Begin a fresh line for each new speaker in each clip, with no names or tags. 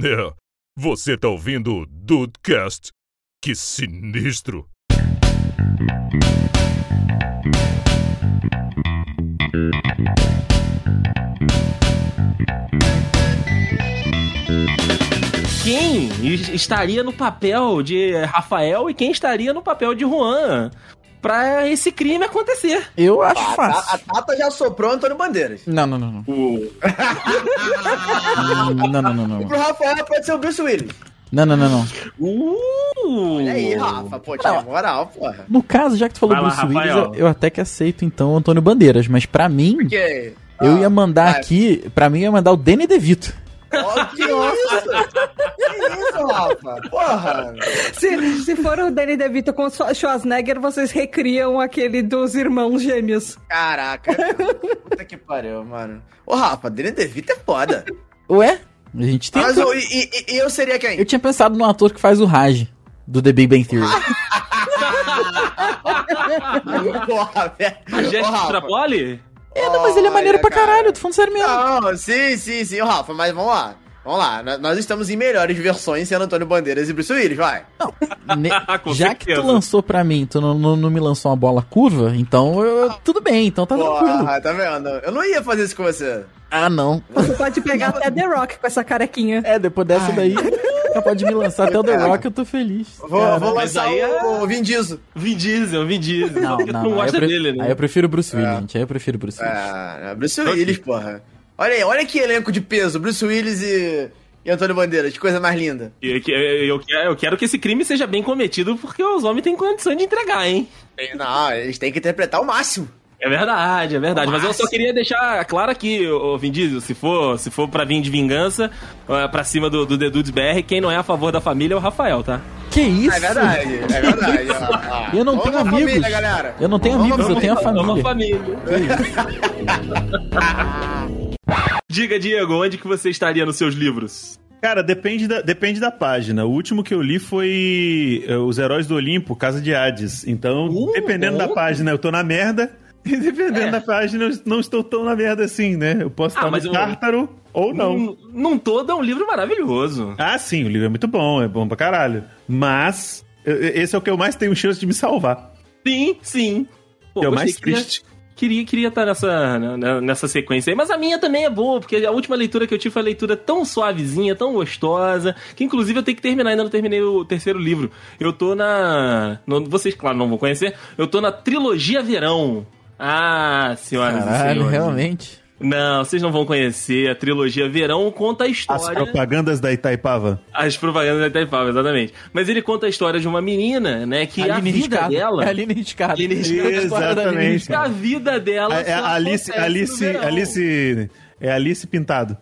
É, você tá ouvindo o Dudecast? Que sinistro!
Quem es- estaria no papel de Rafael e quem estaria no papel de Juan pra esse crime acontecer?
Eu acho
A, Ta- a
fácil.
Tata já soprou Antônio Bandeiras.
Não, não, não, não. Não, não, não, não.
E pro Rafael pode ser o Bruce Willis.
Não, não, não, não.
Uh!
Olha aí, É Rafa, pô, tinha moral, porra.
No caso, já que tu falou
Vai lá,
Bruce Willis, eu,
Rafael.
eu até que aceito então o Antônio Bandeiras, mas pra mim,
Porque. ah,
eu ia mandar
vai.
aqui, pra mim eu ia mandar o Danny DeVito.
Ó, que isso? que isso, Rafa? Porra.
Se, se for o Danny DeVito com o Schwa- Schwarzenegger, vocês recriam aquele dos irmãos gêmeos.
Caraca. Puta que pariu, mano. Ô, Rafa, Danny DeVito é foda.
Ué? A gente tem.
Mas o- e, e- e eu seria quem?
Eu tinha pensado num ator que faz o Raj, do The Big Bang Theory.
Porra, velho. Ô,
Jéssica
Rafa.
Trapoli?
É, não, mas ele é
Olha,
maneiro pra
cara.
caralho, tô falando sério mesmo.
Não, sim, sim, sim, ô, Rafa, mas vamos lá. Vamos lá, N- nós estamos em melhores versões sendo Antônio Bandeiras e Bruce Willis, vai.
Ne-
Com
Já que tu
certeza.
lançou pra mim, tu não, não- não me lançou uma bola curva, então eu- tudo bem, então tá tranquilo.
Porra, tá vendo? Eu não ia fazer isso com você.
Ah, não.
Você pode pegar até The Rock com essa carequinha.
É, depois dessa daí, capaz de me lançar até o The
É.
Rock, eu tô feliz.
Vou,
Cara.
vou
mas
lançar
aí é-
o, o Vin Diesel.
Vin Diesel, Vin Diesel.
Não,
Porque
não,
tu
não. Aí eu,
gosta
pre-
dele,
aí
né?
eu prefiro Bruce Willis,
É.
gente. Aí eu prefiro Bruce Willis.
Ah, Bruce Willis, porra. Olha aí, olha que elenco de peso, Bruce Willis e, e Antônio Bandeiras, que coisa mais linda.
Eu, eu- eu- eu quero que esse crime seja bem cometido, porque os homens têm condição de entregar, hein?
Não, eles têm que interpretar o máximo.
É verdade, é verdade. Mas eu só queria deixar claro aqui, ô Vin Diesel, se for, se for pra vir de vingança, ah, pra cima do, do The Dudes BR, quem não é a favor da família é o Rafael, tá?
Que isso?
É verdade, é verdade. ó, ó.
Eu não
Vamos
tenho
na
amigos.
Família, galera.
Eu não tenho
Vamos
amigos, eu tenho
É
a
uma
família.
família. Diga, Diego, onde que você estaria nos seus livros?
Cara, depende da, depende da página. O último que eu li foi eh, Os Heróis do Olimpo, Casa de Hades. Então,
Uh,
dependendo da
bom.
página, eu tô na merda. E dependendo
É.
da página, eu não estou tão na merda assim, né? Eu posso
Ah,
estar
mas
no
eu-
Tártaro ou não.
Num, num todo é um livro maravilhoso.
Ah, sim, o livro é muito bom, é bom pra caralho. Mas eh, esse é o que eu mais tenho chance de me salvar.
Sim, sim. Pô,
que é o
gostei,
mais
queria-
triste.
Queria, queria estar nessa, né, nessa sequência aí. Mas a minha também é boa, porque a última leitura que eu tive foi uma leitura tão suavezinha, tão gostosa, que inclusive eu tenho que terminar, ainda não terminei o terceiro livro. Eu tô na. não- vocês, claro, não vão conhecer. Eu tô na trilogia Verão. Ah, senhoras e
Caralho,
senhores.
realmente.
Não, vocês não vão conhecer. A trilogia Verão conta a
As
história.
propagandas da Itaipava.
As propagandas da Itaipava, exatamente. Mas ele conta a história de uma menina, né, que a
Aline
vida
Riscado.
dela.
É Aline Riscado.
Aline Riscado.
A história da Aline
Exatamente.
Que a vida dela.
É, é
só
Alice,
acontece no
Alice,
verão.
Alice, é Alice Pintado.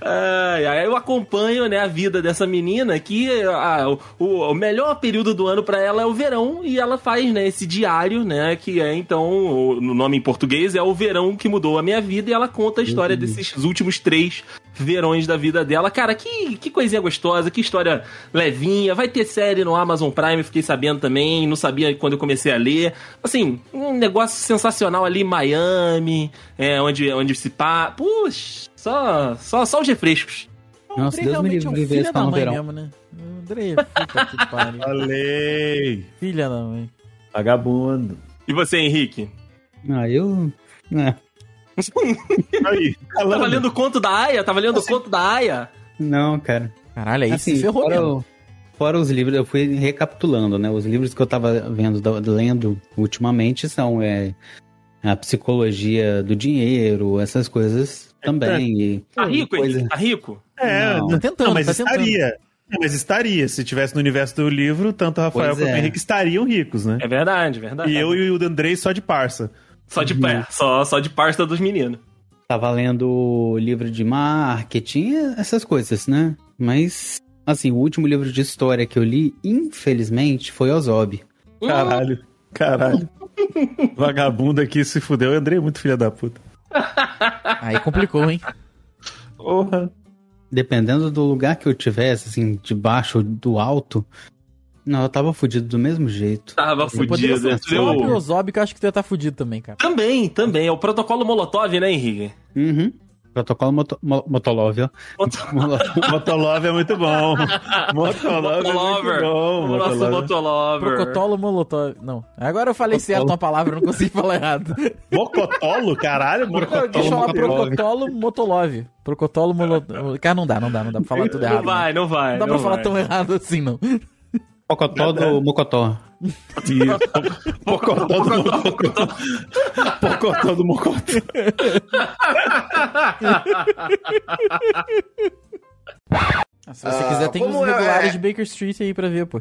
Ai, ai, eu acompanho né, a vida dessa menina que ah, o, o- o melhor período do ano pra ela é o verão e ela faz né, esse diário, né? Que é então, o no nome em português é o verão que mudou a minha vida e ela conta a história desses últimos três verões da vida dela. Cara, que, que coisinha gostosa, que história levinha. Vai ter série no Amazon Prime, fiquei sabendo também, não sabia quando eu comecei a ler. Assim, um negócio sensacional ali em Miami, é, onde, onde se pá. Puxa, só, só, só os refrescos.
André
Nossa, Deus me
realmente
livre
é um
de ver
filho
esse
da
no
mãe
verão.
mesmo, né? André, puta que pariu.
Falei!
Filha da mãe.
Vagabundo.
E você, Henrique?
Ah, eu. né,
Aí, calando.
Tava lendo o conto da Aya? Tava lendo o conto da Aya?
Não, cara.
Caralho, aí
Assim,
se ferrou
fora,
mesmo.
o- fora os livros, eu fui recapitulando, né? Os livros que eu tava vendo, da- lendo ultimamente são é, a psicologia do dinheiro, essas coisas também. E,
Tá rico,
coisa-
Henrique? Tá rico?
É,
Não.
não.
Tá tentando,
não, mas
tá tentando.
estaria. Não, mas estaria. Se tivesse no universo do livro, tanto Rafael
Pois
quanto
é.
Henrique estariam ricos, né?
É verdade, verdade.
E eu e o Andrei só de parça.
Só de pé, só, só de parça dos meninos.
Tava lendo livro de marketing, essas coisas, né? Mas, assim, o último livro de história que eu li, infelizmente, foi Ozob.
Caralho. Caralho. Vagabundo aqui se fudeu. O Andrei é muito filha da puta.
Aí complicou, hein?
Porra.
Dependendo do lugar que eu tivesse, assim, de baixo ou do alto, Não, eu tava fudido do mesmo jeito.
Tava
Você poderia
fudido.
ser
Entrou-
um Pirozóbico, eu acho que tu ia estar fudido também, cara.
Também, também. É o protocolo Molotov, né, Henrique?
Uhum. Protocolo moto, mo- Motolov, ó.
Moto-
Molotov.
Motolove é muito bom. Motolove é muito
Motolover.
bom.
o nosso
Motolove.
Motolover.
Procotolo Molotov. Não. Agora eu falei certo uma palavra, eu não consegui falar errado.
Mocotolo, caralho,
Não, Deixa eu falar
Mocotolo.
Procotolo Motolov. Procotolo Molotov. Cara, não dá, não dá, não dá pra falar tudo
Não
errado.
vai, não vai.
Não dá pra
não
falar
vai.
tão errado assim, não.
Mocotó do Mocotó.
Isso. Mocotó do Mocotó. Mocotó do Mocotó.
Se você
Ah,
quiser, tem uns
como é-
regulares
é.
de Baker Street aí pra ver, pô.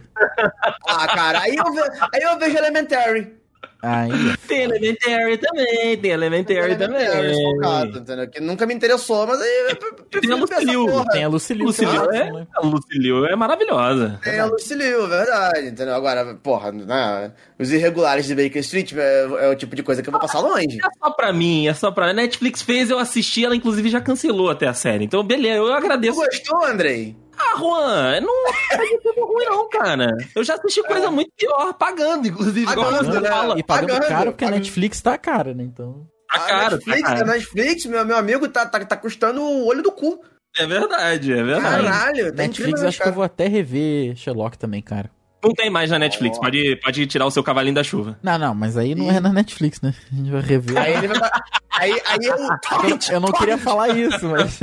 Ah, cara, aí eu, ve- aí eu vejo Elementary.
Aí,
Tem Elementary também, tem Elementary também.
desfocado, um entendeu? Que nunca me interessou, mas aí eu pre-
Tem a
prefiro ver essa
Lucilio.
porra.
tem É a Lucilio.
Lucilio
que
é,
né?
a Lucilio é maravilhosa.
Tem a Lucilio, verdade, entendeu? Agora, porra, né? Os irregulares de Baker Street é, é o tipo de coisa que eu vou passar longe.
É só pra mim, é só pra mim. A Netflix fez, eu assisti, ela inclusive já cancelou até a série. Então, beleza, eu
Tu
agradeço.
gostou, Andrei?
Ah, Juan, não é tudo ruim não, cara. Eu já assisti
É.
coisa muito pior, pagando, inclusive. igual
Pagando,
você
né?
fala.
E pagando
Pagando,
caro porque a
pagando.
Netflix tá cara, né? Então.
Tá
a
caro,
Netflix,
tá caro.
a Netflix, meu, meu amigo, tá, tá, tá custando o olho do cu.
É verdade, é verdade.
Caralho, tá
Netflix,
incrível,
acho que eu vou até rever Sherlock também, cara.
Não tem mais na Netflix,
Ó.
pode, pode tirar o seu cavalinho da chuva.
Não, não, mas aí não é na Netflix, né? A gente vai rever.
Aí ele vai pra- Aí, aí eu.
Eu não- Eu não queria falar isso, mas.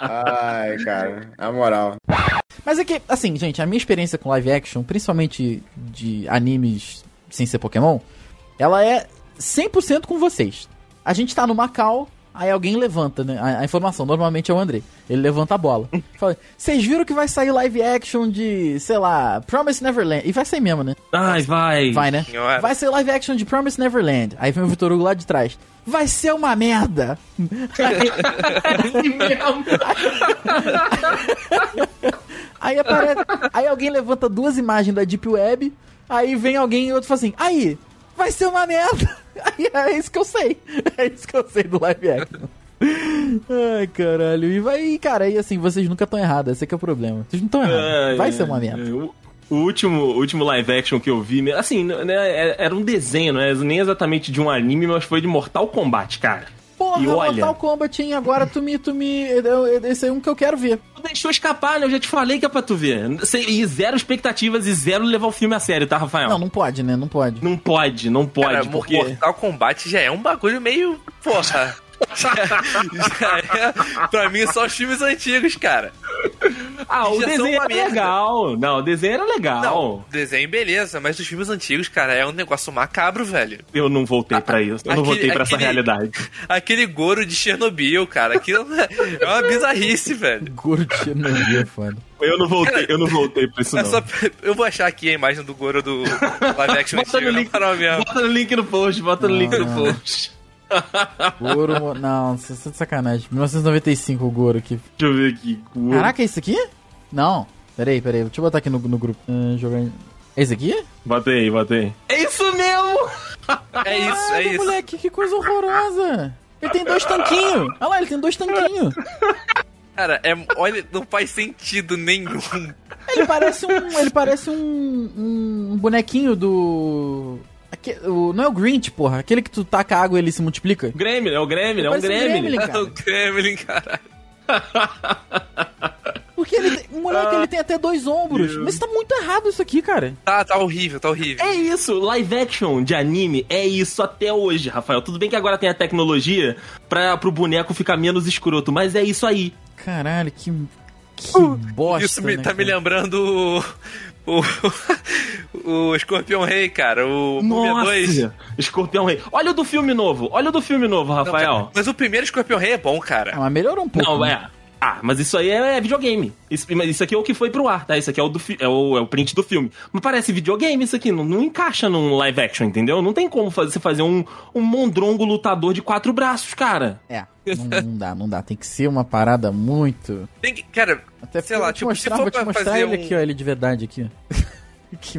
Ai, cara, na moral.
Mas é que, assim, gente, a minha experiência com live action, principalmente de animes sem ser Pokémon, ela é 100% com vocês. A gente tá no Macau, aí alguém levanta, né? A, a informação, normalmente é o André. Ele levanta a bola. Fala, vocês viram que vai sair live action de, sei lá, Promise Neverland. E vai sair mesmo, né?
Ai, vai.
Vai, né?
Senhora.
Vai ser live action de Promise Neverland. Aí vem o Vitor Hugo lá de trás. Vai ser uma merda! Aí aparece. aí alguém levanta duas imagens da Deep Web. Aí vem alguém e outro fala assim: Aí, vai ser uma merda! Aí é isso que eu sei. É isso que eu sei do live action. Ai, caralho. E vai, e, cara, e assim, vocês nunca estão errados. Esse é que é o problema. Vocês não estão errados.
É,
Vai
é,
ser uma merda.
é. O, o último, o último live action que eu vi, né, assim, né, é- era um desenho, né, nem exatamente de um anime, mas foi de Mortal Kombat, cara.
Porra,
E olha-
Mortal Kombat, hein? Agora tu me. Tu me eu- eu- esse é um que eu quero ver.
Tu deixou escapar, né? Eu já te falei que é pra tu ver. Sem- E zero expectativas e zero levar o filme a sério, tá, Rafael?
Não, não pode, né? Não pode.
Não pode, não pode,
Cara,
porque.
Mortal Kombat já é um bagulho meio. Porra. já, já é. Pra mim, só os filmes antigos, cara.
Ah, o
já são
desenho
uma
era
merda.
legal. Não, o desenho era legal.
Não, desenho, beleza, mas os filmes antigos, cara, é um negócio macabro, velho.
Eu não voltei pra isso. Eu não
Aquele-
voltei pra essa
aquele-
realidade.
Aquele Goro de Chernobyl, cara, aquilo é uma bizarrice, velho.
Curte, não é foda.
Eu não voltei, eu não voltei pra isso,
É
não.
só- eu vou achar aqui a imagem do Goro do live action
Bota no
antigo,
link.
não, não, mesmo.
Bota no link no post, bota no
Não,
link no
não.
post.
Goro. mo- Não, você tá de sacanagem. 1995 o Goro aqui.
Deixa eu ver aqui.
Caraca, é isso aqui? Não. Peraí, peraí. Deixa eu botar aqui no, no grupo. Ah, jogar. em- Esse aqui?
Bota aí, bota aí. É isso mesmo!
É isso, é
Caralho,
isso.
moleque, que coisa horrorosa. Ele tem dois tanquinhos. Olha lá, ele tem dois tanquinhos.
Cara, é, olha, não faz sentido nenhum.
Ele parece um. Ele parece um. um bonequinho do. aque- o, não é o Grinch, porra. Aquele que tu taca água e ele se multiplica.
Gremlin, é o Gremlin, é um
Parece um
Gremlin.
Gremlin,
É o
cara.
Kremlin, cara.
Porque ele tem, um
Ah,
moleque, ele tem até dois ombros. Mas tá muito errado isso aqui, cara.
Tá, tá horrível, tá horrível.
É isso, live action de anime é isso até hoje, Rafael. Tudo bem que agora tem a tecnologia pra, pro boneco ficar menos escroto, mas é isso aí.
Caralho, que. Que bosta.
Isso me,
né,
tá me
cara?
lembrando o. O, o Escorpião Rei, cara. O Múmia 2. Não,
Nossa! um, Escorpião Rei. Olha o do filme novo, olha o do filme novo,
cara,
Rafael.
mas o primeiro Escorpião Rei é bom,
Ah,
cara.
mas melhorou um pouco.
Não,
né?
é. Ah, mas isso aí é videogame. Isso, mas isso aqui é o que foi pro ar, tá? Isso aqui é o, do fi- é o, é o print do filme. Mas parece videogame isso aqui. Não, não encaixa num live action, entendeu? Não tem como fazer- você fazer um, um mondrongo lutador de quatro braços, cara.
É, não, não dá, não dá. Tem que ser uma parada muito.
Tem que, cara,
Até
Sei
porque eu
lá,
vou te
tipo, se
mostrar,
for
vou te
pra
mostrar
fazer
ele
um-
aqui, ó, ele de verdade aqui. que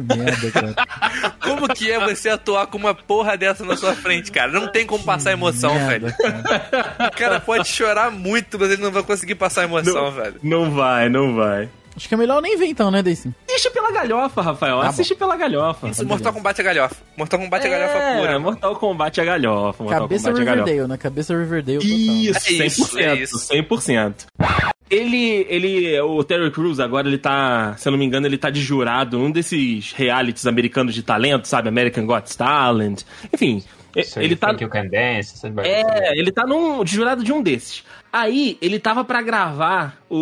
merda, cara.
como que é você atuar com uma porra dessa na sua frente, cara? Não tem como passar emoção,
merda,
velho.
cara.
O cara pode chorar muito, mas ele não vai conseguir passar emoção, velho.
Não vai, não vai.
Acho que é melhor nem ver então, né, Dacey?
tá
Assiste pela galhofa, Rafael.
Tá
Assiste pela galhofa.
Isso, Mortal Kombat é galhofa. Mortal Kombat é, galhofa pura.
Mortal Kombat é galhofa. Mortal
Cabeça
Kombat é galhofa.
Riverdale, né? Cabeça Riverdale. total.
Isso,
É isso,
100%,
é isso.
100%. Ele, ele, o Terry Crews agora, ele tá, se eu não me engano, ele tá de jurado num desses realities americanos de talento, sabe? American Got Talent. Enfim, e-
Isso aí,
ele tá...
Think You Can Dance, essas bagaças.
É, ele tá num de jurado de um desses. Aí, ele tava pra gravar o,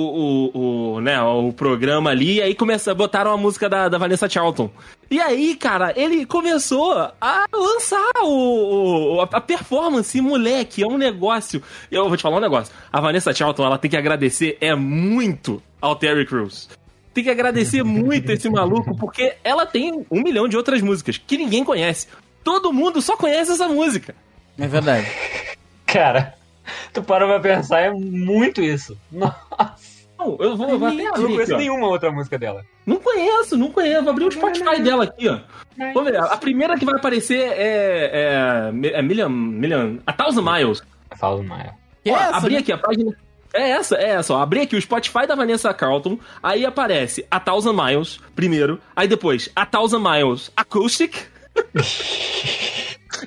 o, o, né, o programa ali, e aí começa, botaram a música da, da Vanessa Charlton. E aí, cara, ele começou a lançar o, o- a, a performance, moleque, é um negócio. Eu vou te falar um negócio. A Vanessa Charlton, ela tem que agradecer, é muito, ao Terry Crews. Tem que agradecer muito esse maluco, porque ela tem um milhão de outras músicas que ninguém conhece. Todo mundo só conhece essa música.
É verdade.
Cara, tu para pra pensar, é muito isso. Nossa,
Não, eu vou, eu vou até
eu não
abrir aqui,
conheço
ó.
nenhuma outra música dela.
Não conheço, não conheço. Vou abrir o Spotify dela aqui, ó. Vamos ver, a primeira que vai aparecer é. É. Mi- é Million. Million. A Thousand Miles.
Fala Maia.
Que é
Ó,
essa,
abri
né?
aqui a página. É essa, é essa, ó. Abri aqui o Spotify da Vanessa Carlton. Aí aparece a Thousand Miles, primeiro. Aí depois a Thousand Miles Acoustic.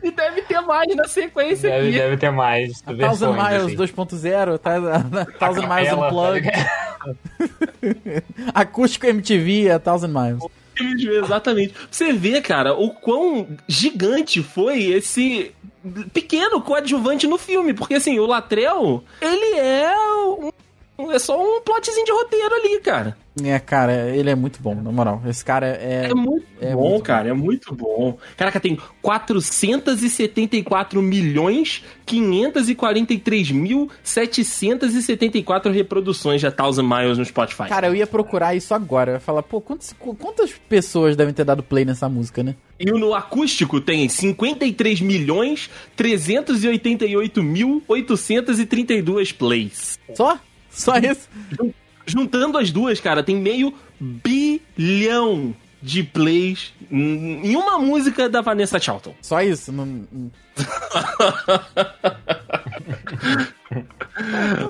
e deve ter mais na sequência
Deve,
aqui.
deve ter mais.
Thousand
versões, assim.
Miles 2.0, tá- Thousand Miles
Ela, tá
Unplugged,
ligado?
Acústico MTV, a é Thousand Miles.
Exatamente. Você vê, cara, o quão gigante foi esse pequeno coadjuvante no filme. Porque, assim, o Latrell, ele é um- um- É só um plotzinho de roteiro ali, cara.
É, cara, ele é muito bom, na moral. Esse cara é.
É muito
é
bom,
muito
cara. É muito bom. Caraca, tem 474 milhões 543 mil 774 reproduções de A Thousand Miles no Spotify.
é, Cara, eu ia procurar isso agora. Eu ia falar, pô, quantas, qu- quantas pessoas devem ter dado play nessa música, né?
E o no acústico tem 53 milhões 388 mil 832 plays.
Só? Só isso?
Juntando as duas, cara, tem meio bilhão de plays hum, em uma música da Vanessa Charlton.
Só isso? Não- não-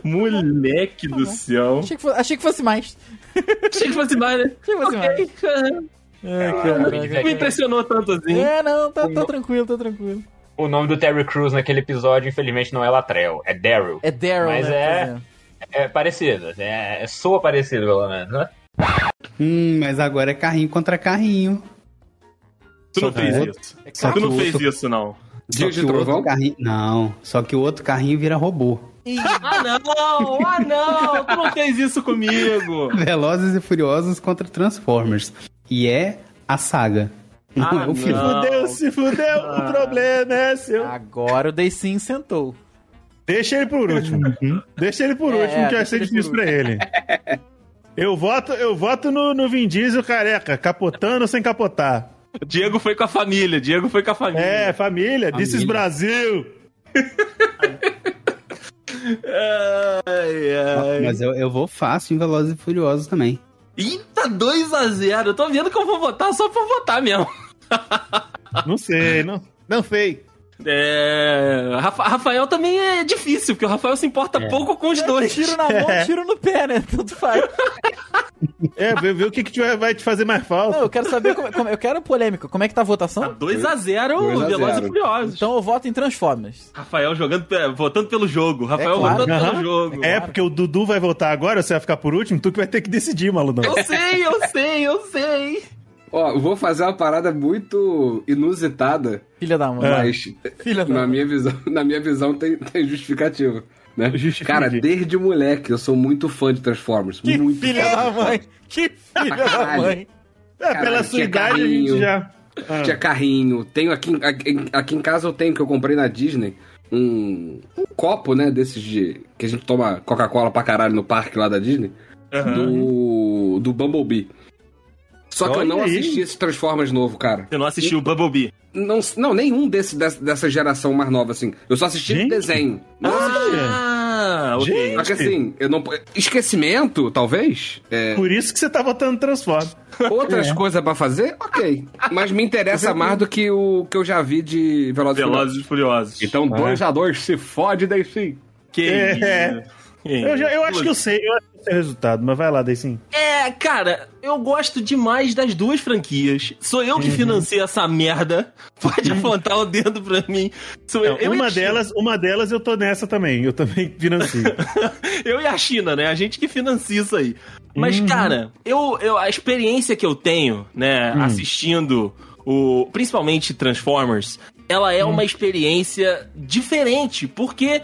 Moleque do céu.
Tá Achei, que fosse, achei que fosse mais.
Achei que fosse mais, né?
Achei que fosse mais.
Ok,
É,
Não me impressionou tanto assim.
É, não, tá, tá tranquilo, tá tranquilo.
O nome do Terry Crews naquele episódio, infelizmente, não é Latrell, é Daryl.
É Daryl,
Mas é-
pois
É parecido, é, é- soa parecido, pelo menos, né?
Hum, mas agora é carrinho contra carrinho.
Tu não fez
Cara,
isso.
É
Tu não fez isso, não.
Só que o outro carrinho. Não, só que o outro carrinho vira robô.
Ah, não! Ah, não! Tu não fez isso comigo!
Velozes e Furiosos contra Transformers. E é a saga. Não
Ah,
é o filme.
não.
Fudeu, se fudeu, o problema é seu.
Agora o Daysim sentou.
Deixa ele por último. deixa ele por
É,
último,
deixa
que vai ser
ele
difícil
por
pra ele. Eu voto, eu voto no, no Vin Diesel careca, capotando ou sem capotar.
Diego foi com a família, Diego foi com a família.
É, família, this is
Família.
Brasil.
Mas eu, eu vou fácil em Velozes e Furiosos também.
Eita, 2x0. Eu tô vendo que eu vou votar só pra votar mesmo.
Não sei, não, não sei.
É. Rafa- Rafael também é difícil, porque o Rafael se importa pouco com os dois.
Tiro na mão,
É.
tiro no pé, né? Tanto faz.
É, vê, vê o que, que te vai- vai te fazer mais falta.
Não, eu quero saber como, como- Eu quero polêmica. Como é que tá a votação?
2x0,
2 a 0.
Velozes e Furiosos.
Então eu voto em Transformers.
Rafael jogando, pe- votando pelo jogo. Rafael
claro.
votando pelo
É Aham.
jogo.
É, porque o Dudu vai votar agora, você vai ficar por último, tu que vai ter que decidir, maluco. É,
Eu sei, eu sei, eu sei.
Ó, eu vou fazer uma parada muito inusitada,
Filha da mãe.
mas
Ah.
É.
Filha da
na
mãe.
minha visão, na minha visão tem, tem justificativa. Né?
Justifique.
Cara, desde moleque eu sou muito fã de Transformers.
Que
muito
filha
fã.
da mãe. Que filha da
Caralho.
mãe.
É, pela
Caralho,
sua
que
idade a gente
carinho.
já. Ah.
Tinha carrinho. Tenho aqui, em- aqui, em- aqui em casa eu tenho, que eu comprei na Disney, um, um copo, né, desses de... Que a gente toma Coca-Cola pra caralho no parque lá da Disney. Do, do Bumblebee. Só que eu
Olha
não
aí.
assisti esse Transformers novo, cara.
Você não assistiu o Bumblebee.
Não, não nenhum desse, dessa, dessa geração mais nova, assim. Eu só assisti
Gente.
desenho. Não assisti.
Ah, ok.
Só que assim, eu não. Esquecimento, talvez? É,
Por isso que você tá votando Transformers.
outras coisas pra fazer? Ok. Mas me interessa mais do que o que eu já vi de Velozes e Furiosos.
Velozes e Furiosos.
Então, dois a dois, se fode daí sim.
que
É. Eu, já- eu acho que eu sei, eu acho que eu sei o resultado, mas vai lá, daí sim.
É, cara, eu gosto demais das duas franquias. Sou eu
Uhum.
que financiei essa merda. Pode apontar o dedo pra mim. Sou eu,
Não,
eu e a
uma,
China.
delas, uma delas eu tô nessa também, eu também financio.
Eu e a China, né? A gente que financia isso aí. Mas, cara, eu, eu, a experiência que eu tenho, né,
Hum.
assistindo o. Principalmente Transformers, ela é uma experiência diferente, porque.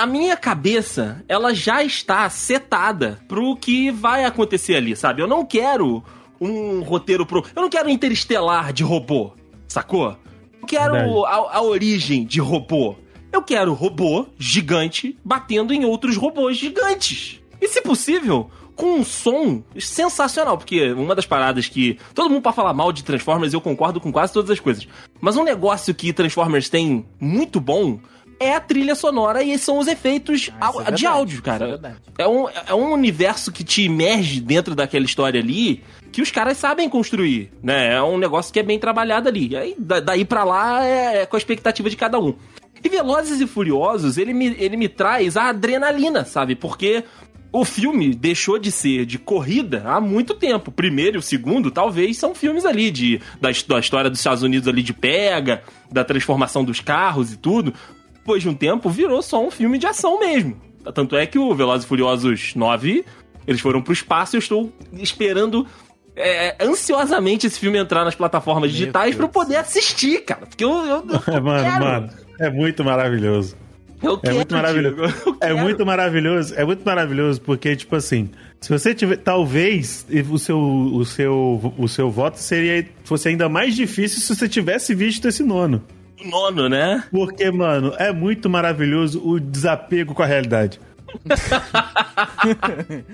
A minha cabeça, ela já está setada pro que vai acontecer ali, sabe? Eu não quero um roteiro pro. Eu não quero um interestelar de robô, sacou? Eu quero
Verdade.
a, a origem de robô. Eu quero robô gigante batendo em outros robôs gigantes. E se possível, com um som sensacional. Porque uma das paradas que. Todo mundo pra falar mal de Transformers, eu concordo com quase todas as coisas. Mas um negócio que Transformers tem muito bom é a trilha sonora e são os efeitos au-
é verdade,
de áudio,
isso é
cara.
verdade.
É um, é um universo que te imerge dentro daquela história ali que os caras sabem construir, né? É um negócio que é bem trabalhado ali. Aí, da- daí pra lá é, é com a expectativa de cada um. E Velozes e Furiosos, ele me, ele me traz a adrenalina, sabe? Porque o filme deixou de ser de corrida há muito tempo. O primeiro e o segundo, talvez, são filmes ali de, da, his- da história dos Estados Unidos ali de pega, da transformação dos carros e tudo. Depois de um tempo, virou só um filme de ação mesmo. Tanto é que o Velozes e Furiosos 9, eles foram pro espaço e eu estou esperando é, ansiosamente esse filme entrar nas plataformas digitais pra eu poder assistir, cara. Porque eu, eu, eu
É, mano,
quero.
mano, é muito maravilhoso.
Eu
é
quero,
muito maravilhoso. É muito maravilhoso, é muito maravilhoso porque tipo assim, se você tiver, talvez o seu o seu o seu voto seria fosse ainda mais difícil se você tivesse visto esse nono.
O nono, né?
Porque, mano, é muito maravilhoso o desapego com a realidade.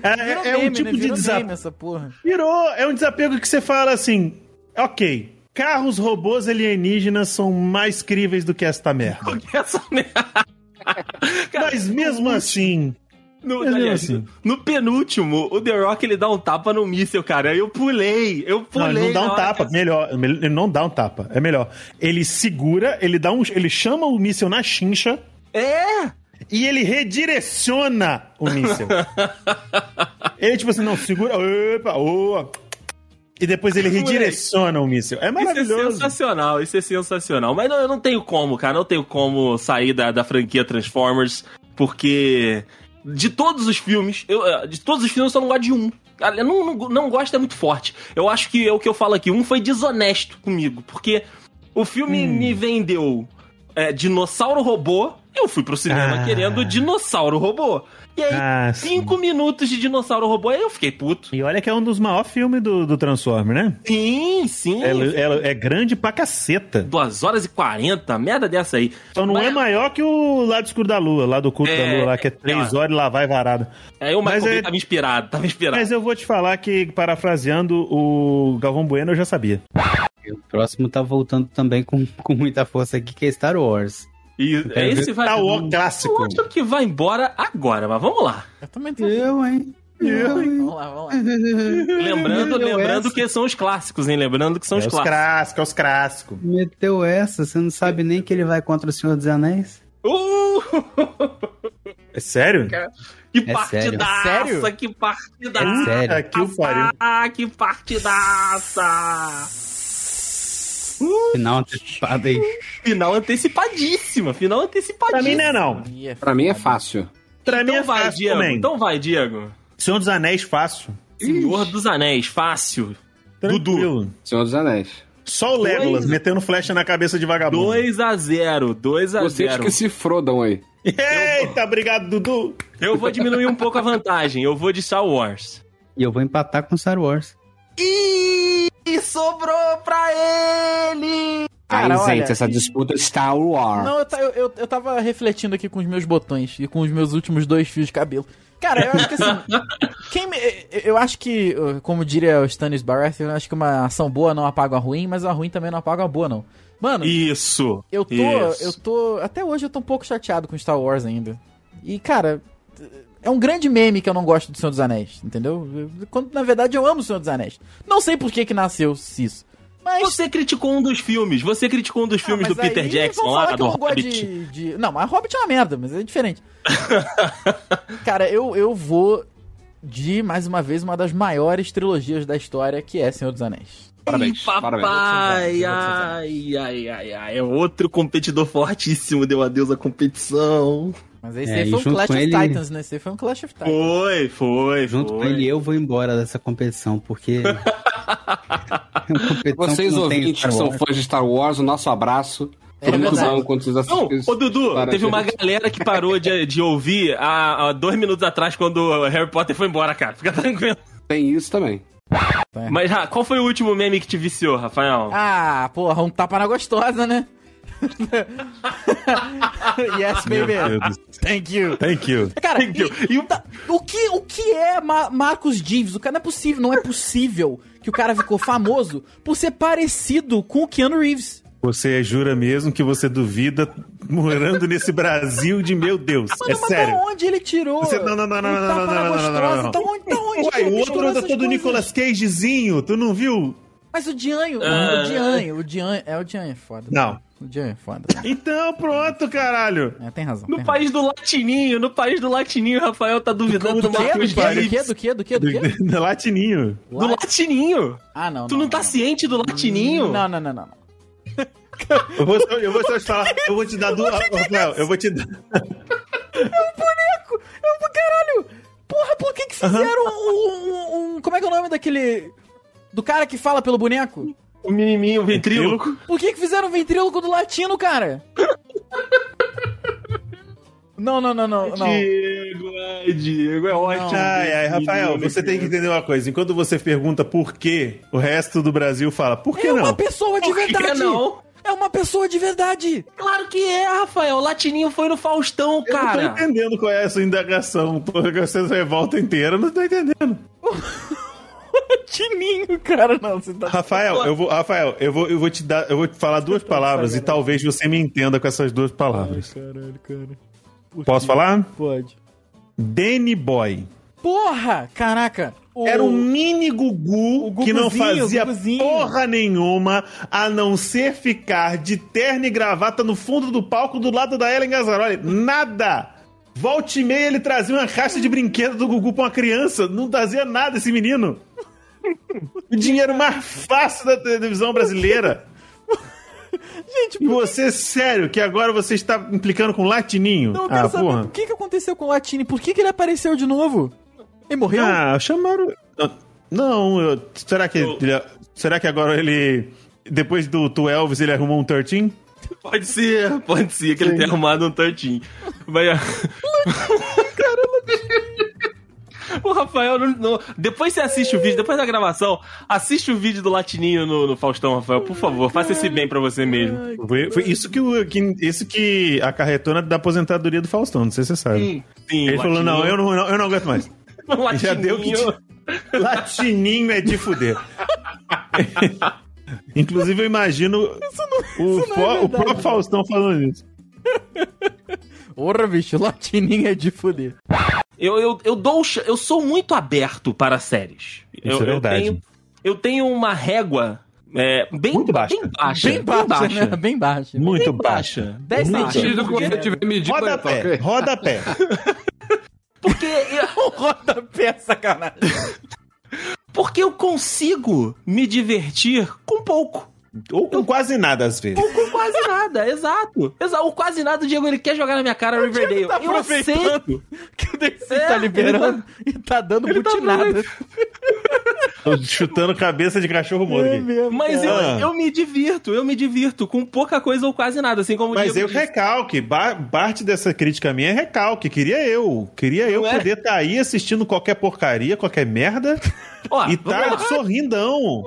é,
Virou
é um
meme,
tipo
né?
de
Virou
desapego.
meme essa porra.
Virou, é um desapego que você fala assim, ok, carros, robôs, alienígenas são mais críveis do que esta merda. Mas mesmo assim...
No,
mesmo
aliás,
assim.
no penúltimo, o The Rock ele dá um tapa no míssil, cara. Aí Eu pulei, eu
Não,
pulei.
ele não dá
na
um
hora
tapa, melhor. Ele não dá um tapa, é melhor. Ele segura, ele dá um, ele chama o míssil na chincha.
É!
E ele redireciona o míssil. ele tipo assim, não, segura, opa, oa. E depois ele
Moleque.
redireciona o míssil.
Isso
É
é
maravilhoso.
sensacional, isso é sensacional. Mas não, eu não tenho como, cara. Não tenho como sair da, da franquia Transformers, porque de todos os filmes, eu, eh, de todos os filmes eu só não gosto de um. Ah, Eu não, não, não gosto é muito forte. Eu acho que é o que eu falo aqui. Um foi desonesto comigo, porque o
Hum.
filme me vendeu eh, dinossauro robô. Eu fui pro cinema
Ah.
querendo dinossauro robô. E aí,
Ah,
cinco minutos de dinossauro robô, aí eu fiquei puto.
E olha que é um dos maiores filmes do, do Transformer, né?
Sim, sim.
É, é- é grande pra caceta.
2 horas e 40, merda dessa aí.
Só não é maior que o Lado Escuro da Lua, lá do culto
É,
da Lua, lá que é três horas e lá vai varado.
Aí o
Mas
Michael Bay
é-
tava inspirado, tava inspirado.
Mas é- eu vou te falar que, parafraseando o Galvão Bueno, eu já sabia.
O próximo tá voltando também com, com muita força aqui, que é Star Wars.
E
É,
esse vai.
tá o
clássico.
Eu acho que vai embora agora, mas vamos lá.
Eu também tô. Uhum.
Eu, hein?
Eu, hein? Vamos lá, vamos lá.
Lembrando,
Meteu
lembrando que são os clássicos, hein? Lembrando que são os clássicos.
é os clássicos.
Meteu essa, você não sabe nem que ele vai contra o Senhor dos Anéis?
É sério?
Uh, Que
É sério.
partidaça,
É
sério? que partidaça.
É sério. Puta que pariu.
Ah, que partidaça. Uh,
Final antecipado aí.
final antecipadíssima, final antecipadíssima.
Pra mim não é não.
Pra mim é fácil.
Pra mim é
Então vai,
fácil
Diego.
também.
Então vai, Diego.
Senhor dos Anéis, fácil.
Senhor dos Anéis,
Hum.
fácil.
Dudu.
Senhor dos Anéis.
Só o Legolas
Dois-
metendo flecha na cabeça de vagabundo.
2x0, 2x0.
Vocês que se frodam aí.
Eita, obrigado, Dudu.
Eu vou diminuir um pouco a vantagem. Eu vou de Star Wars.
E eu vou empatar com Star Wars.
E sobrou pra ele!
Cara,
aí,
olha,
gente, essa disputa Star Wars.
Não, eu, ta- eu, eu, eu tava refletindo aqui com os meus botões e com os meus últimos dois fios de cabelo. Cara, eu acho que assim. quem me- eu acho que, uh, como diria o Stannis Baratheon, eu acho que uma ação boa não apaga a ruim, mas a ruim também não apaga a boa, não. Mano,
Isso.
eu tô. Eu tô. Até hoje eu tô um pouco chateado com Star Wars ainda. E, cara, é um grande meme que eu não gosto do Senhor dos Anéis, entendeu? Quando na verdade eu amo o Senhor dos Anéis. Não sei por que que nasceu isso.
Você criticou um dos filmes. Você criticou um dos filmes do
Ah, Mas
Peter
aí
Jackson
vão
lá,
falar que é um
do
eu não gosto
Hobbit.
de, de- Não, mas Hobbit é uma merda, mas é diferente. Cara, eu, eu vou de, mais uma vez, uma das maiores trilogias da história, que é Senhor dos Anéis.
Parabéns. um
Papai, ai, ai, ai, ai. É outro competidor fortíssimo. Deu adeus à competição.
Mas esse
É,
aí
e
foi um
junto
Clash
com
of
ele-
Titans, né? Esse aí foi um Clash of Titans.
Foi, foi,
Junto com
foi.
ele, eu vou embora dessa competição, porque. É uma competição
Vocês
que não tem
ouvintes
Star
que são
Wars.
fãs de Star Wars, o nosso abraço.
É
Foi muito
verdade.
bom quando vocês
Não,
assistem.
ô Dudu,
Para
teve uma
gente.
galera que parou de, de ouvir há, há dois minutos atrás quando Harry Potter foi embora, cara. Fica tranquilo.
Tem isso também.
Mas, Ra, qual foi o último meme que te viciou, Rafael?
Ah, porra, um tapa na gostosa, né? yes,
Meu
baby.
Deus. do céu.
Thank you.
Thank you.
Cara, e- e o ta- o, que, o que é Ma- Marcos Dives? O cara não é possível, não é possível que o cara ficou famoso por ser parecido com o Keanu Reeves.
Você jura mesmo que você duvida morando nesse Brasil de meu Deus?
Mano,
é
mas
sério.
da onde ele tirou?
Você- não, não, não,
Um
não,
tapa
não, não,
na
não, não,
gostosa,
não, não, não.
Da onde, da onde que
Uai,
ele
o
misturou
outro ainda
essas
todo
coisas?
Nicolas Cagezinho, tu não viu?
Mas o Dianho,
Ah.
mano, o Dianho, o Dianho, é o Dianho é foda.
Não.
O Dianho é foda.
Então, pronto, caralho.
É, tem razão.
No
tem
país do latininho, no país do latininho, Rafael tá duvidando do
razão.
Marcos
Do quê? Do quê?
Dives.
Do quê? Do quê? Do quê?
Latininho.
Do latininho.
Ah, não.
Tu não tá ciente do latininho?
Não, não, não, não. não.
Eu vou, eu vou só te falar, eu vou te dar duas. Rafael, eu vou te dar.
Eu, caralho! Porra, por que que fizeram um, um- um- Como é que é o nome daquele... Do cara que fala pelo boneco?
O menininho, o ventríloco.
Por que que fizeram o ventríloco do latino, cara? Não, não, não, não, não.
Diego, ai, Diego, é ótimo.
Ai, ai, Rafael,
Menino,
você tem que
cara.
entender uma coisa. Enquanto você pergunta por quê, o resto do Brasil fala, por que
É uma
não?
pessoa de
Por que
verdade!
não?
É uma pessoa de verdade!
Claro que é, Rafael. O latininho foi no Faustão,
Eu não tô
cara.
entendendo qual é essa indagação, porque essa revolta inteira, eu não tô entendendo.
Latininho, cara, não, você tá...
Rafael, eu vou, Rafael, eu vou, eu vou te dar, eu vou te falar duas palavras e talvez você me entenda com essas duas palavras.
Caralho, cara.
Posso falar?
Pode.
Danny Boy.
Porra! Caraca! O-
Era um mini gugu
o
que não
guguzinho,
fazia
o guguzinho.
porra nenhuma a não ser ficar de terno e gravata no fundo do palco do lado da Ellen Gazzaroli. Nada! Volte e meia ele trazia uma caixa de brinquedo do Gugu pra uma criança. Não trazia nada esse menino. O dinheiro mais fácil da televisão brasileira.
Gente,
E você, sério, que agora você está implicando com latininho? Ah,
não, eu quero saber o que, que aconteceu com o Latini. Por que, que ele apareceu de novo? Ele morreu?
Ah, chamaram. Não, eu- será que ele- será que agora ele depois do, do Elvis ele arrumou um 13?
Pode ser, pode ser que ele tenha arrumado um tantinho. Mas... O Rafael, não, não- depois você assiste o vídeo, depois da gravação, assiste o vídeo do Latininho no, no Faustão, Rafael, por favor, faça esse bem pra você mesmo.
Foi, foi isso que, o, que isso que acarretou na da aposentadoria do Faustão, não sei se você sabe.
Sim,
ele
o
falou:
Latininho-
"Não, eu não, não- eu não aguento mais.
o Latininho,
Já deu que latininho é de fuder." Inclusive eu imagino o,
isso não é
fo- o
verdade.
próprio Faustão falando isso.
Porra, bicho, o Latininho é de fuder.
Eu, eu, eu dou, ch- eu sou muito aberto para séries. eu,
Isso é verdade.
Eu tenho, eu tenho uma régua é, bem,
Muito baixa.
É, bem baixa.
Bem baixa, né? Bem baixa.
Muito
Bem
baixo.
baixa.
10
Muito É.
centímetros.
Tira quando você tiver medido,
Roda
tá
pé,
ok?
roda pé.
Porque eu,
Roda
é
peça, sacanagem.
porque eu consigo me divertir com pouco.
Ou com quase nada às vezes.
Ou com quase nada, exato. exato. O quase nada, o Diego, ele quer jogar na minha cara Riverdale.
Tá
eu aceito.
aproveitando que o DC
É,
tá liberando e tá dando
ele tá
butinada.
Tô chutando cabeça de cachorro morto.
É
aqui.
Mas eu,
Ah.
eu me divirto, eu me divirto com pouca coisa ou quase nada, assim como o
Mas eu
Diego disse.
recalque, ba- parte dessa crítica minha é recalque. Queria eu, queria eu
Não é?
poder estar aí assistindo qualquer porcaria, qualquer merda
Ó,
e
Ah, vamos
tá
lá.
sorrindão.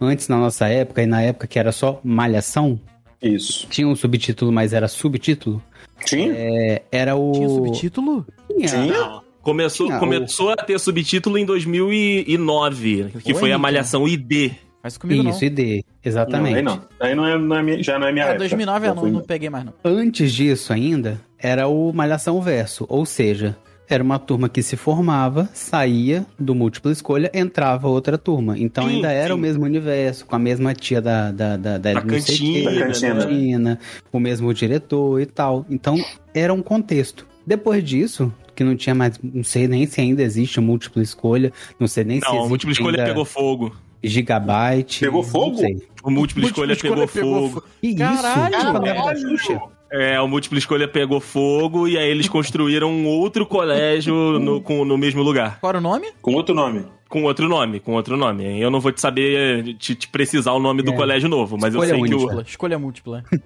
Antes, na nossa época, e na época que era só Malhação,
Isso.
tinha um subtítulo, mas era subtítulo.
Tinha?
É, era o.
Tinha subtítulo?
Tinha.
Começou,
Não.
começou a ter subtítulo em 2009, que
Oi,
foi a
então.
Malhação ID.
Faz comigo não.
Isso, ID. Exatamente.
Aí não é, já não é minha
É, 2009 eu não, não peguei mais não.
Antes disso ainda, era o Malhação Verso, ou seja, era uma turma que se formava, saía do múltipla escolha, entrava outra turma. Então
Sim,
ainda era o
sim.
mesmo universo, com a mesma tia da, da, da, da,
Da
não sei quem,
cantina,
da
né?
cantina, o mesmo diretor e tal. Então era um contexto. Depois disso, que não tinha mais, não sei nem se ainda existe múltipla escolha, não sei nem se
Não, a
existe
múltipla escolha
ainda
pegou fogo.
Gigabyte.
Pegou
não
fogo?
sei.
O múltipla escolha pegou fogo.
Que
Caralho,
isso? tipo,
velho.
É, o múltipla escolha pegou fogo e aí eles construíram um outro colégio no, com- no mesmo lugar.
Qual era o nome?
Com outro nome.
Com outro nome, com outro nome. Eu não vou te saber eh, te, te precisar o nome do
É.
colégio novo, mas eu
escolha
sei
múltipla.
que
Escolha múltipla.
o.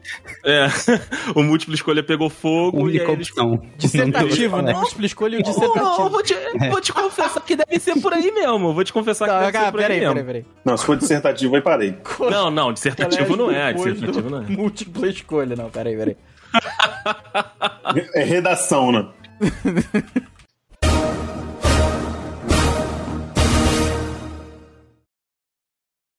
É, o múltipla escolha pegou fogo e aí eles.
Dissertativo, né? Múltipla escolha e o dissertativo.
Não, eu vou te,
É.
vou te confessar que deve ser por aí mesmo. Vou te confessar que
Não,
deve
cara,
ser por
peraí,
aí mesmo.
peraí, peraí.
Não, se for dissertativo, aí parei.
Não, não, dissertativo não é.
Depois
Dissertativo
do
não é.
Múltipla escolha, não, peraí, peraí.
É redação, né?